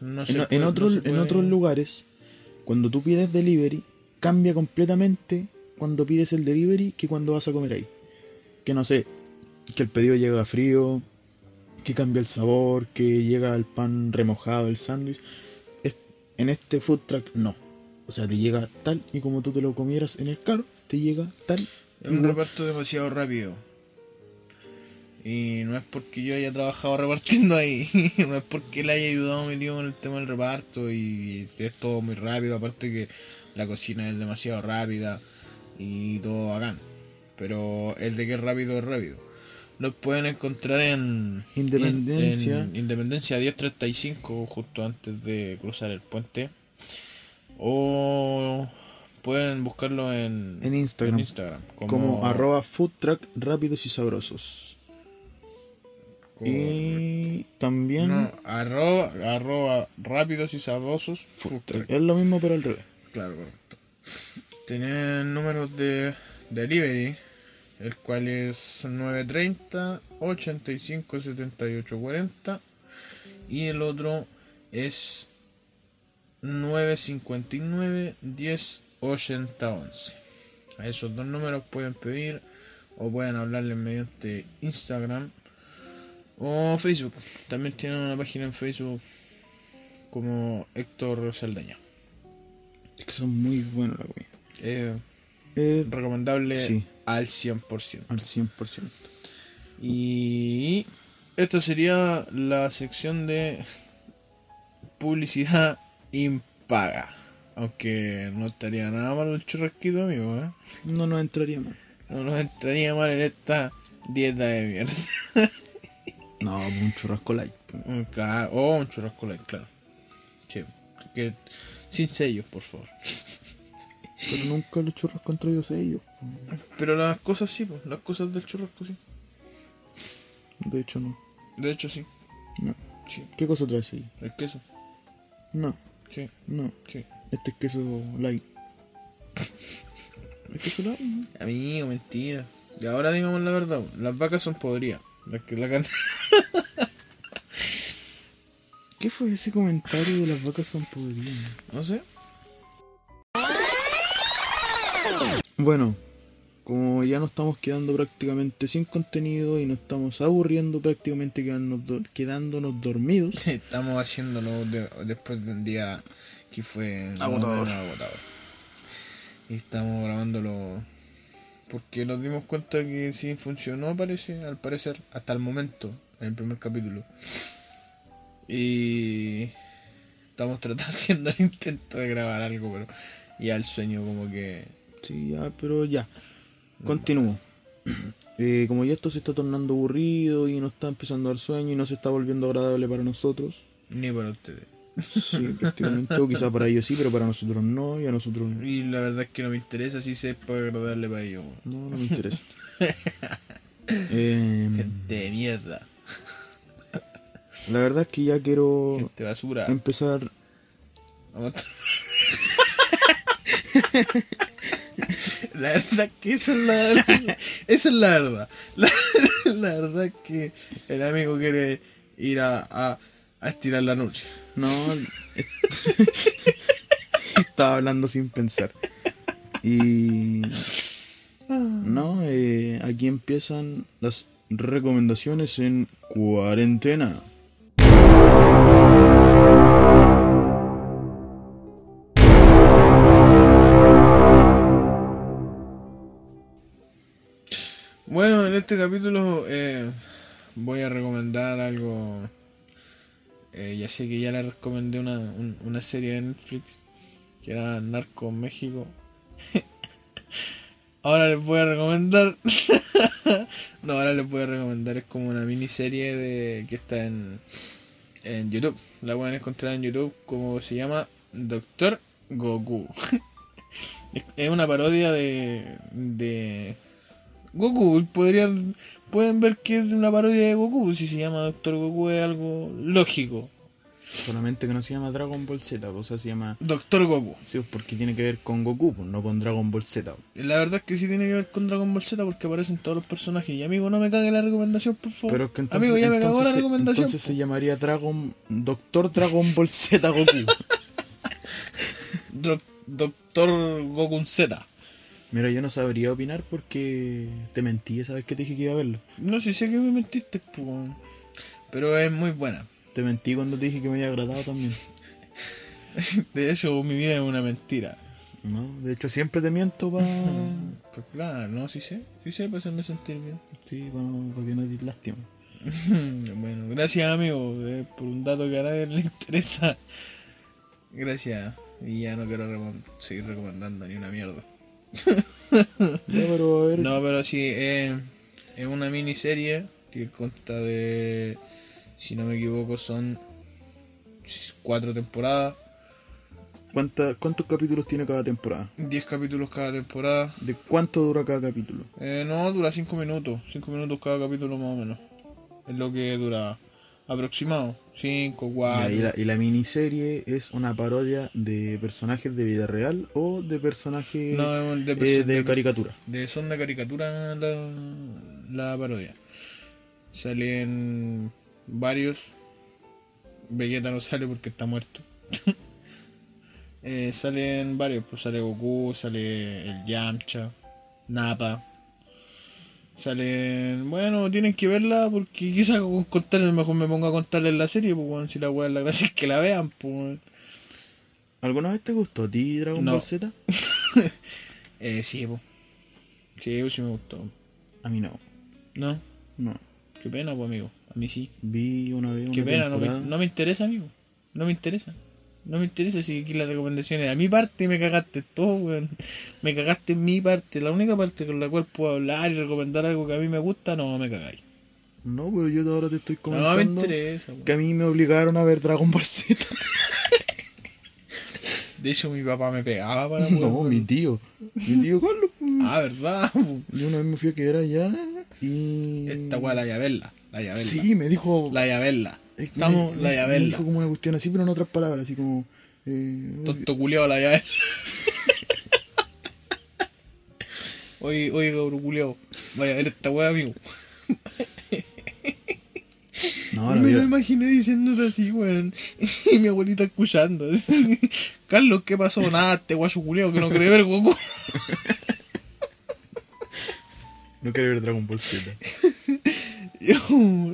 no se en, puede- en no otros, se puede- en otros lugares, cuando tú pides delivery, cambia completamente cuando pides el delivery que cuando vas a comer ahí. Que no sé, que el pedido llega frío, que cambia el sabor, que llega el pan remojado, el sándwich. Es- En este food truck no. O sea, te llega tal y como tú te lo comieras en el carro, te llega tal. Es un igual. reparto demasiado rápido. Y no es porque yo haya trabajado repartiendo ahí, (laughs) no es porque le haya ayudado a mi tío con el tema del reparto y es todo muy rápido, aparte que la cocina es demasiado rápida y todo bacán. Pero el de que es rápido es rápido. Los pueden encontrar en Independencia. en Independencia 1035, justo antes de cruzar el puente. O pueden buscarlo en, En Instagram. en Instagram, como, Como, arroba food truck rápidos y sabrosos. como- Y también no, arroba, arroba rápidos y sabrosos. food truck. es lo mismo pero al revés. Claro, correcto. Tienen números de delivery, el cual es 930 85 78 40 y el otro es 959 10 80 11. A esos dos números pueden pedir o pueden hablarles mediante Instagram o Facebook. También tienen una página en Facebook como Héctor Saldaña. Es que son muy buenos la comida. Eh, Eh, recomendable Sí. al 100%. al 100%. Y esta sería la sección de publicidad impaga. Aunque no estaría nada mal el churrasquito, amigo. ¿eh? No nos entraría mal. No nos entraría mal en esta dieta de mierda. (laughs) No, un churrasco light. Un ca- o un churrasco light, claro. Sí, que- sin sellos, por favor. Pero nunca los churrascos han traído sellos. Pero las cosas sí, pues, las cosas del churrasco sí. De hecho, no. De hecho, sí. no. Sí, ¿Qué cosa trae sello? el queso. No, Sí, no. sí. Este es queso (laughs) light. ¿Es queso light? Amigo, mentira. Y ahora digamos la verdad, las vacas son podridas. La que la gana. ¿Qué fue ese comentario de las vacas son podridas? (laughs) No sé. Bueno, como ya nos estamos quedando prácticamente sin contenido y nos estamos aburriendo prácticamente quedándonos, do- quedándonos dormidos. Estamos haciéndolo de- después de un día que fue más o Agotador. menos agotador. Y estamos grabándolo porque nos dimos cuenta que sí funcionó, parece, al parecer, hasta el momento, en el primer capítulo. Y estamos (laughs) tratando haciendo el intento de grabar algo, pero ya el sueño como que Sí, ya, pero ya. Continúo. (clears throat) Eh, como ya esto se está tornando aburrido y nos está empezando a dar sueño y no se está volviendo agradable para nosotros. ni para ustedes. Sí, prácticamente. O quizá para ellos sí, pero para nosotros no. Y a nosotros no. Y la verdad es que no me interesa si se puede agradarle para ellos. weón. No, no me interesa. Eh, Gente de mierda, la verdad es que ya quiero gente basura. Em- empezar Vamos a- (laughs) La verdad que esa es la, esa es la verdad. La, la verdad que el amigo quiere ir a, a, a estirar la noche. No. (laughs) Estaba hablando sin pensar. Y. No, eh, aquí empiezan las recomendaciones en cuarentena. Bueno, en este capítulo eh, voy a recomendar algo. Eh, ya sé que ya le recomendé una, un- una serie de Netflix que era Narco México. (laughs) ahora les voy a recomendar. (laughs) no, ahora les voy a recomendar. Es como una miniserie de, que está en, en YouTube. La pueden encontrar en YouTube como se llama Doctor Goku. (laughs) Es- es una parodia de, de Goku, podrían, pueden ver que es una parodia de Goku, si se llama Doctor Goku es algo lógico. Solamente que no se llama Dragon Ball Z, o sea, se llama. Doctor Goku. Sí, pues, porque tiene que ver con Goku, pues, no con Dragon Ball Z. La verdad es que sí tiene que ver con Dragon Ball Z porque aparecen todos los personajes. Y amigo, no me cague la recomendación, por favor. Pero es que entonces, Oh, amigo, ya me cagó entonces, la se- recomendación. entonces se llamaría Dragon Doctor Dragon Ball Z Goku. Doc- Doctor Goku Z. Mira, yo no sabría opinar porque te mentí esa vez que te dije que iba a verlo. No sé, sé que me mentiste, po, weón. pero es muy buena. (laughs) Te mentí cuando te dije que me había agradado también. De hecho, mi vida es una mentira. No, de hecho siempre te miento (laughs) para Pero Pues claro, no, sí sé. Sí sé para hacerme sentir bien. sí, pa- pa que no di lástima. (laughs) Bueno, gracias amigo eh, por un dato que a nadie le interesa. Gracias. Y ya no quiero recom- seguir recomendando ni una mierda. Ya, pero a ver, No, pero sí, eh, es una miniserie que consta de, si no me equivoco, son cuatro temporadas, ¿cuánta- ¿cuántos capítulos tiene cada temporada? diez capítulos cada temporada. ¿De cuánto dura cada capítulo? Eh, no, dura cinco minutos, cinco minutos cada capítulo más o menos. Es lo que dura aproximado, cinco, Ya, y, cuatro. la, y la miniserie es una parodia de personajes de vida real o de personajes No, es de eh, person- de de- caricatura. De son de caricatura la, la parodia. Salen varios. Vegeta no sale porque está muerto. (laughs) Eh, salen varios, pues sale Goku, sale el Yamcha, Nappa. Salen. Bueno, tienen que verla porque quizás con contarles mejor me ponga a contarles la serie, pues bueno, si la weá la gracia (laughs) es que la vean, pues. weón. (laughs) ¿Alguna vez te gustó a ti Dragon No. Ball Z? Eh, sí, pues. Sí, pues, sí me gustó. A mí no. No, No. qué pena, pues amigo. A mí sí. Vi una vez una Qué pena, no me, temporada. no me interesa, amigo. No me interesa. No me interesa si aquí las recomendaciones. A mi parte me cagaste todo, weón. Me cagaste en mi parte. La única parte con la cual puedo hablar y recomendar algo que a mí me gusta, no me cagáis. No, pero yo ahora te estoy No comentando me interesa, weón. que a mí me obligaron a ver Dragon Ball Z. (laughs) De hecho, mi papá me pegaba (laughs) para poder- No, mi tío. Mi tío Carlos. Ah, ¿verdad? (laughs) po? Yo una vez me fui a quedar allá y. Esta weá la llaverla. La llaverla. Sí, me dijo. La llaverla. eh, me- Estamos me- la Me llaverla. dijo como una cuestión así, pero en otras palabras, así como. eh, Tonto culiao la llave. (laughs) oye, oye, cabrón culiao. Vaya a ver esta wea, amigo. No, Y la me lo vida. imaginé diciéndote así, weón. (laughs) Y mi abuelita escuchando. (laughs) así. Carlos, ¿qué pasó? Nada, este guacho culeo que no quiere ver Goku. (laughs) No quiero ver Dragon Ball Z. Yo,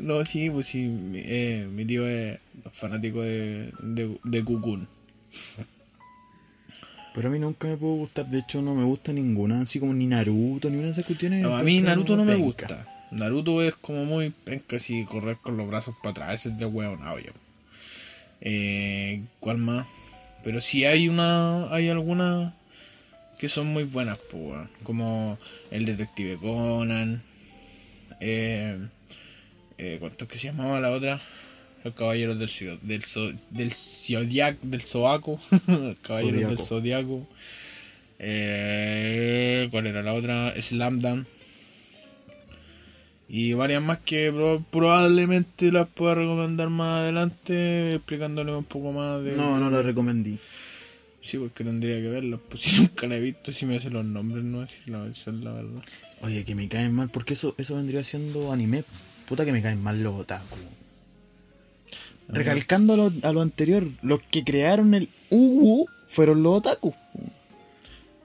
no, sí, pues sí. mi- eh, mi tío es fanático de, de, de Kukun. Pero a mí nunca me pudo gustar. De hecho, no me gusta ninguna. Así como ni Naruto, ni una de esas cuestiones. No, a mí Naruto Encuentro no me penca. gusta. Naruto es como muy penca así, correr con los brazos para atrás, es de hueón, oye. Eh, ¿Cuál más? Pero sí hay una, hay algunas que son muy buenas, po, weón. como el detective Conan. Eh, eh, ¿Cuánto es que se llamaba la otra? Los caballeros del Zio- del Zo- del zodiac del Zodiaco. (laughs) caballeros del Zodiaco. Zodiaco. Eh, ¿Cuál era la otra? Slam Dunk. Y varias más que proba- probablemente las pueda recomendar más adelante, explicándole un poco más de. No, no la recomendí. Sí, porque tendría que verlas, pues (laughs) si nunca la he visto, si me hacen los nombres, no es la, esa es la verdad. Oye, que me caen mal. Porque eso, eso vendría siendo anime. Puta que me caen mal los otaku. Recalcando a lo, a lo anterior, los que crearon el Uwu fueron los otaku.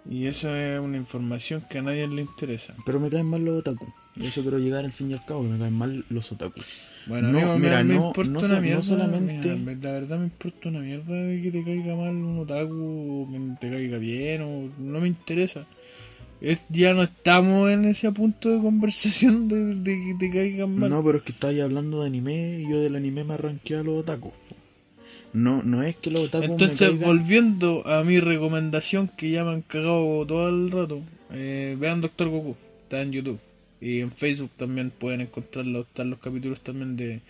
Y eso es una información que a nadie le interesa. Pero me caen mal los otaku. Y eso quiero llegar al fin y al cabo, que me caen mal los otaku. Bueno, No, amigo, me- mira, me, no- importa no una so- no mierda. solamente- mira, la verdad me importa una mierda de que te caiga mal un otaku, o que te caiga bien, o no me interesa. Es- ya no estamos en ese punto de conversación de, de que te caigan mal. No, pero es que estáis hablando de anime y yo del anime me arranqué a los otaku. No, no es que los otaku Entonces, me caigan- volviendo a mi recomendación que ya me han cagado todo el rato, eh, vean Doctor Goku, está en YouTube. Y en Facebook también pueden encontrarlo, están los capítulos también de...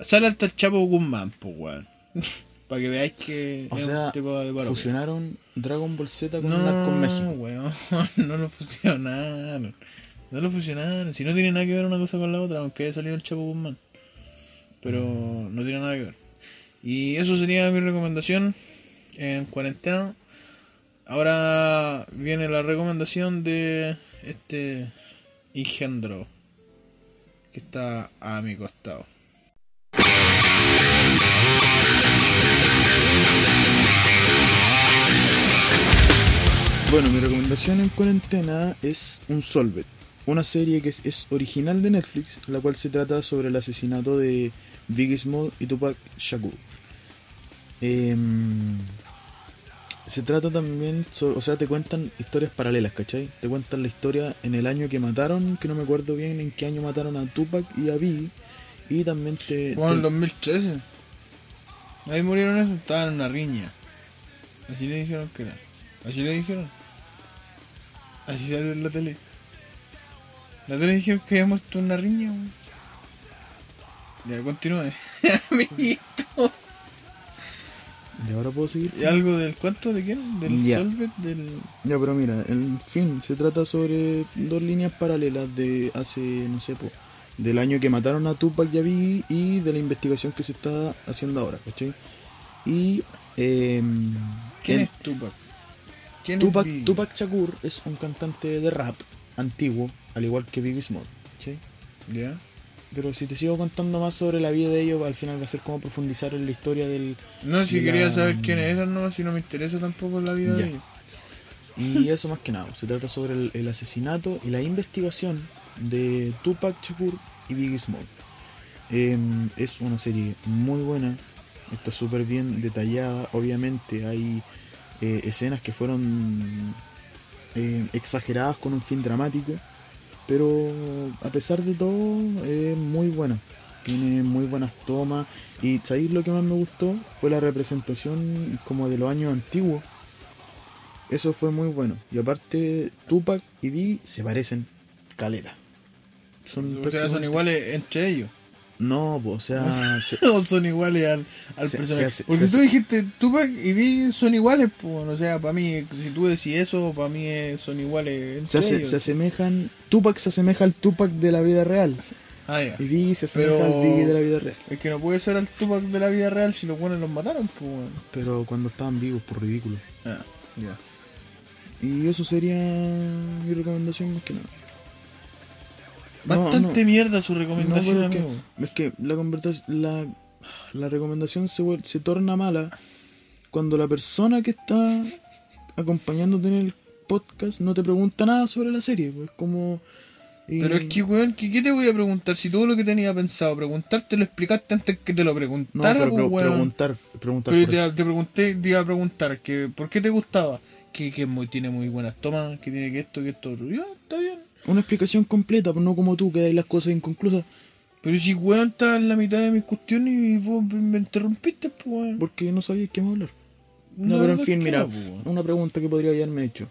Sale hasta el Chapo Guzmán, pues, weón. (laughs) Para que veáis que O sea, parodia. fusionaron Dragon Ball Z con No, Narco en México. weón, (laughs) no lo fusionaron. No lo fusionaron. Si no tiene nada que ver una cosa con la otra, aunque haya salido el Chapo Guzmán. Pero no tiene nada que ver. Y eso sería mi recomendación en cuarentena. Ahora viene la recomendación de este engendro que está a mi costado. Bueno, mi recomendación en cuarentena es Un Solvet, una serie que es original de Netflix, la cual se trata sobre el asesinato de Biggie Small y Tupac Shakur. Em, se trata también, so- o sea, te cuentan historias paralelas, ¿cachai? Te cuentan la historia en el año que mataron, que no me acuerdo bien en qué año mataron a Tupac y a Biggie, y también te... Bueno, te- el 2013. Ahí murieron eso, estaban en una riña. Así le dijeron que era. Así le dijeron. Así salió en la tele. La tele dijeron que había muerto en una riña, weón. Ya, continúa. (laughs) Amiguito. ¿Y ahora puedo seguir? ¿Y ¿Algo del cuánto? ¿De quién? ¿Del Ya. Solvet? ¿Del...? Ya, pero mira, en fin, se trata sobre dos líneas paralelas de hace, no sé, po, del año que mataron a Tupac y a Biggie y de la investigación que se está haciendo ahora, ¿cachai? Y. em, ¿Quién en- es Tupac? ¿Quién es Tupac, Biggie? Tupac Shakur es un cantante de rap antiguo, al igual que Biggie Small, ¿cachai? ¿Ya? Pero si te sigo contando más sobre la vida de ellos, al final va a ser como profundizar en la historia del. No, si de quería la- saber quiénes eran, no, si no me interesa tampoco la vida Ya. de ellos. Y eso más que nada, pues, se trata sobre el, el asesinato y la investigación de Tupac Shakur y Biggie Small. Em, es una serie muy buena, está súper bien detallada, obviamente hay eh, escenas que fueron eh, exageradas con un fin dramático, pero a pesar de todo es muy buena. Tiene muy buenas tomas y ¿sabéis lo que más me gustó? Fue la representación como de los años antiguos. Eso fue muy bueno. Y aparte, Tupac y Biggie se parecen caleta. Son O sea, son prácticamente- iguales entre ellos. No, po, o sea, (laughs) se- No son iguales al, al Ah, Se- personaje. se hace- Porque se tú hace- dijiste, Tupac y Biggie son iguales, pues. O sea, para mí, si tú decís eso, para mí eh, son iguales. Entre se, hace- ellos. se asemejan. Tupac se asemeja al Tupac de la vida real. Ah, ya. Y Biggie se asemeja Pero- al Biggie de la vida real. Es que no puede ser al Tupac de la vida real si los buenos los mataron, pues. bueno. Pero cuando estaban vivos, por ridículo. Ah, ya. Y eso sería mi recomendación más que nada. Bastante no. mierda su No, recomendación, pero es que, amigo. es que la, conversa- la, la recomendación se, vuel- se torna mala cuando la persona que está acompañándote en el podcast no te pregunta nada sobre la serie. Pues como... y- Pero es que, weón, ¿qué, qué te voy a preguntar? Si todo lo que tenía pensado preguntarte lo explicaste antes que te lo No, preguntara, pero pues, pre- weón. preguntar, preguntar Pero por te, te pregunté, te iba a preguntar que por qué te gustaba, que, que es muy, tiene muy buenas tomas, que tiene que esto, que esto, otro. Ya, está bien. Una explicación completa, pues, no como tú, que dais las cosas inconclusas. Pero si weón está en la mitad de mis cuestiones y vos me- me interrumpiste, pues weón. Porque no sabía qué me hablar. La No, pero en verdad fin, es que mira, no, pues, weón. una pregunta que podría haberme hecho.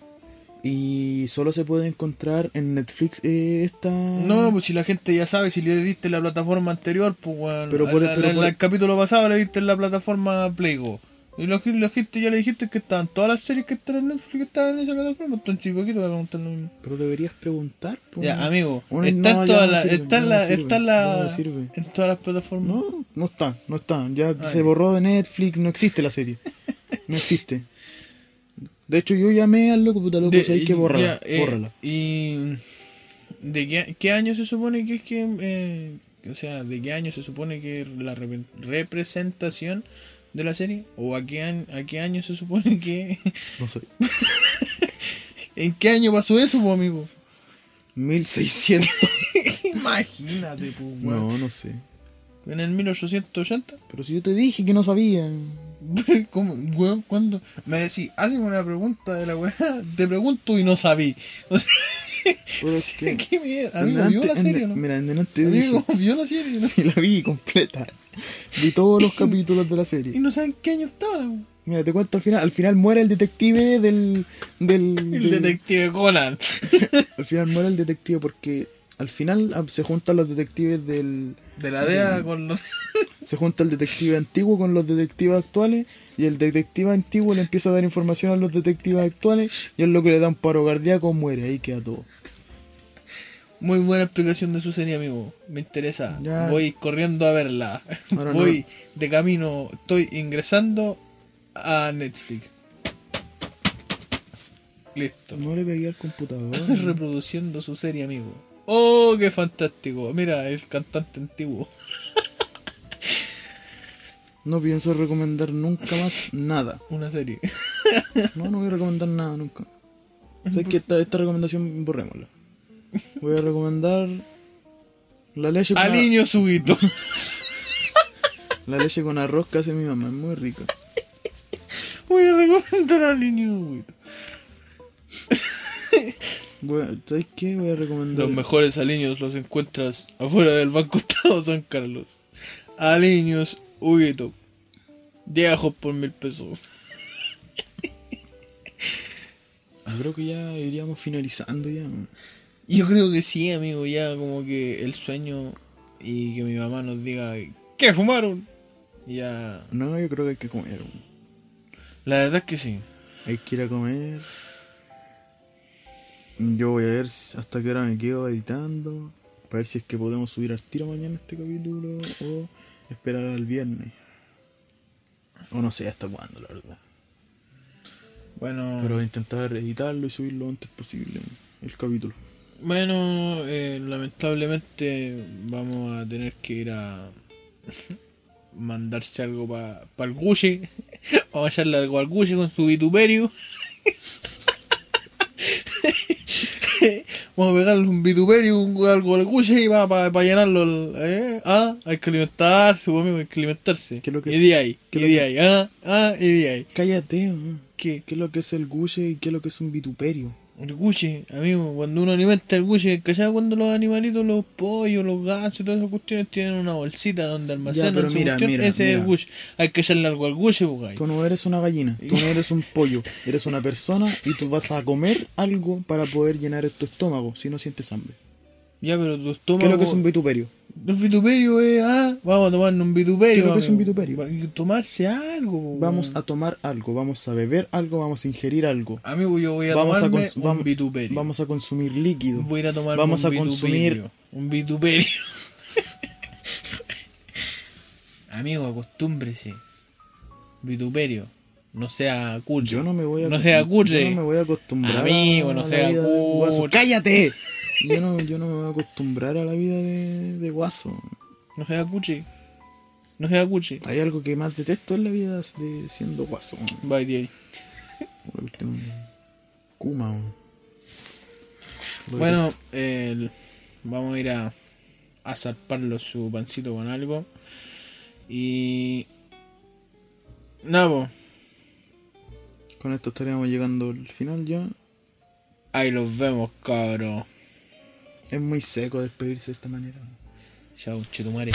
Y solo se puede encontrar en Netflix eh, esta. No, pues si la gente ya sabe, si le diste la plataforma anterior, pues weón. Pero por- e-, la- la- pero la- por- el capítulo pasado le diste en la plataforma Playgo. Y la, gen- la gente ya le dijiste que estaban todas las series que están en Netflix que estaban en esa plataforma, entonces ¿por qué te voy a preguntar lo mismo? Pero deberías preguntar. pues. Ya, amigo, Bueno, está no, en ya todas no las, sirve, está en no la, sirve, está en la- no sirve. en todas las plataformas. No, no está, no está. Ya se borró de Netflix, no existe la serie. No existe. De hecho, yo llamé al loco, puta loco, De- pues, hay que y- ya, borrarla. eh, bórrala. ¿Y de qué, qué año se supone que es que... eh, o sea, ¿de qué año se supone que la repre- representación de la serie? ¿O a qué, an- a qué año se supone que... (laughs) No sé. (laughs) ¿En qué año pasó eso, po, (laughs) amigo? (laughs) 1600. Imagínate, po, weón. no, no sé. ¿En el 1880? Pero si yo te dije que no sabía. (laughs) ¿Cómo? Weón, ¿cuándo? Me decís, hazme una pregunta de la weá, (laughs) te pregunto y no sabí. (laughs) O sea, (laughs) Pero es que- qué mierda. En Amigo, vio delante- la en serie, de- o ¿no? Mira, en delante Amigo, (laughs) dije. vio la serie, ¿no? (laughs) Sí, la vi completa. Vi todos (laughs) los capítulos de la Y serie. no saben qué año estaba. weón. Mira, te cuento al final. Al final muere el detective del. del, El del- detective (laughs) Conan. Al final muere el detective porque al final ah, se juntan los detectives del. De la DEA con los. (laughs) Se junta el detective antiguo con los detectives actuales y el detective antiguo le empieza a dar información a los detectives actuales y es lo que le da un paro cardíaco, muere, ahí queda todo. Muy buena explicación de su serie, amigo. Me interesa. Ya. Voy corriendo a verla. Ahora (laughs) Voy de camino. Estoy ingresando a Netflix. Listo. No le pegué al computador. (laughs) (laughs) Reproduciendo su serie, amigo. Oh, qué fantástico. Mira, el cantante antiguo. No pienso recomendar nunca más nada. Una serie. No, no voy a recomendar nada nunca. Sé que esta, esta recomendación borrémosla. Voy a recomendar la leche con, ar- Aliño Subito. la leche con arroz que hace mi mamá, es muy rica. Voy a recomendar Aliño Subito. Voy a- ¿Sabes qué? Voy a recomendar. Los mejores aliños los encuentras afuera del Banco Estado San Carlos. Aliños, Huguito. De ajo por mil pesos. Yo creo que ya iríamos finalizando ya. man. Yo creo que sí, amigo, ya como que el sueño y que mi mamá nos diga que fumaron. Ya. No, yo creo que hay que comer. man. La verdad es que sí. Hay que ir a comer. Yo voy a ver si- hasta qué hora me quedo editando. Para ver si es que podemos subir al tiro mañana este capítulo. O esperar al viernes. O no sé hasta cuándo, la verdad. Bueno, Pero voy a intentar editarlo y subirlo antes posible. El capítulo. bueno eh, lamentablemente vamos a tener que ir a (laughs) mandarse algo para el Gucci. (laughs) vamos a echarle algo al Gucci con su vituperio. (laughs) Vamos a pegarle un vituperio, un, algo al Gucci y va para llenarlo. el- eh, Ah, hay que alimentarse, pues, amigo, hay que alimentarse. ¿Qué es lo que y es- de ahí, qué y es lo de ahí, ah, ah, y de ahí. Cállate, man. ¿Qué? ¿Qué es lo que es el guche y qué es lo que es un vituperio? El guche, amigo, cuando uno alimenta el guche, ¿cachai? Cuando los animalitos, los pollos, los gansos y todas esas cuestiones tienen una bolsita donde almacenan pero su mira, cuestión, mira, ese es el mira. guche. Hay que echarle algo al pues, guche, po, gallo. Tú no eres una gallina, tú no eres un pollo, eres una persona y tú vas a comer algo para poder llenar tu estómago si no sientes hambre. Ya, pero tu ¿Qué es lo estómago... que es un vituperio? Un vituperio es... Ah, vamos a tomarnos un vituperio, ¿Qué es lo que es un amigo. vituperio? Va- y Tomarse algo, pues. po, Vamos weón. a tomar algo, vamos a beber algo, vamos a ingerir algo. Amigo, yo voy a Vamos a, tomarme cons- un vam- vituperio. vamos a consumir líquido. Voy a ir a tomarme vamos un a vituperio. consumir Un vituperio. (laughs) Amigo, acostúmbrese. Vituperio. No sea curry. Yo no me voy a No sea acostum- curry. yo no me voy a acostumbrar. Amigo, a no la sea vida de un guaso. curry. ¡Cállate! Yo no, yo no me voy a acostumbrar a la vida de, de guaso. No sea cuchi. No sea cuchi. Hay algo que más detesto en la vida de siendo guaso. weón. Bye, DJ. Por la cuestión. Kuma, weón. Lo Bueno, el- vamos a ir a, a zarparlo su pancito con algo. Y. Nabo, detesto. Con esto estaríamos llegando al final ya. ahí los vemos, cabro. Es muy seco despedirse de esta manera. weón. Chao, chetumare.